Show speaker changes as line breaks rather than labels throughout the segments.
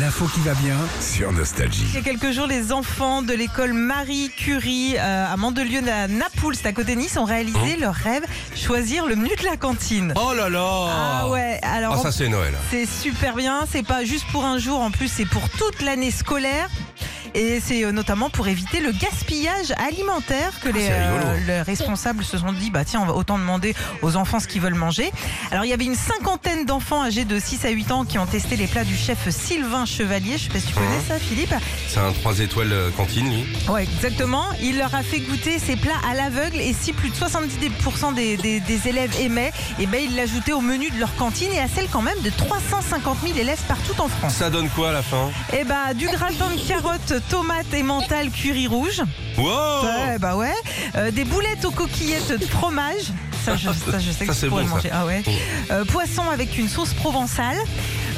L'info qui va bien sur
Il y
Nostalgie.
a quelques jours, les enfants de l'école Marie Curie euh, à Mandelieu, à Naples, c'est à côté de Nice, ont réalisé leur rêve, choisir le menu de la cantine.
Oh là là
Ah ouais, alors
Ah
en
ça c'est Noël.
C'est super bien, c'est pas juste pour un jour, en plus c'est pour toute l'année scolaire. Et c'est euh, notamment pour éviter le gaspillage alimentaire que les,
Ah,
euh,
c'est rigolo.
les responsables se sont dit, bah tiens, on va autant demander aux enfants ce qu'ils veulent manger. Alors il y avait une cinquantaine d'enfants âgés de 6 à 8 ans qui ont testé les plats du chef Sylvain Chevalier. Je sais pas si tu
Hein
connais ça, Philippe.
C'est un 3 étoiles euh, cantine lui.
Ouais, exactement. Il leur a fait goûter ses plats à l'aveugle et si plus de 70% des, des- des élèves aimaient, et ben il l'ajoutait au menu de leur cantine et à celle quand même de 350 000 élèves partout en France.
Ça donne quoi à la fin
Eh bah du gratin de carottes, tomates et mental curry rouge.
Wow
Ouais, bah ouais. Euh, des boulettes aux coquillettes de fromage. Ça, je, ça, je sais
Ça,
que je
c'est
pourrais
bon,
le manger. Ah ouais.
Mm.
Euh, poisson avec une sauce provençale.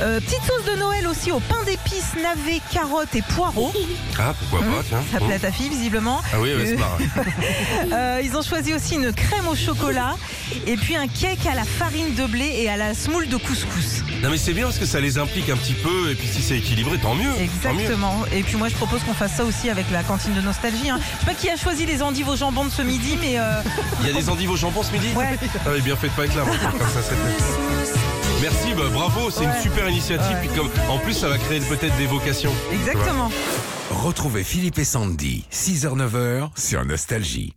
Euh, petite sauce de Noël aussi au pain d'épices, navets, carottes et poireaux. Hein,
Ah pourquoi pas tiens.
Ça
Mm.
plaît à ta fille visiblement.
Ah oui ouais,
Euh,
c'est pareil.
euh, ils ont choisi aussi une crème au chocolat et puis un cake à la farine de blé et à la semoule de couscous.
Non mais c'est bien parce que ça les implique un petit peu et puis si c'est équilibré tant mieux. Tant mieux.
Exactement. Et puis moi je propose qu'on fasse ça aussi avec la cantine de nostalgie. hein. Je sais pas qui a choisi les endives au jambon de ce midi, mais euh,
Il y a des endives au jambon ce midi
Ouais.
Ah mais bien fait de pas être là moi, comme ça c'est fait. Merci, bah, bravo, c'est
Ouais.
une super initiative. Puis comme, en plus, ça va créer peut-être des vocations.
exactement.
Retrouvez Philippe et Sandy, 6h-9h sur Nostalgie.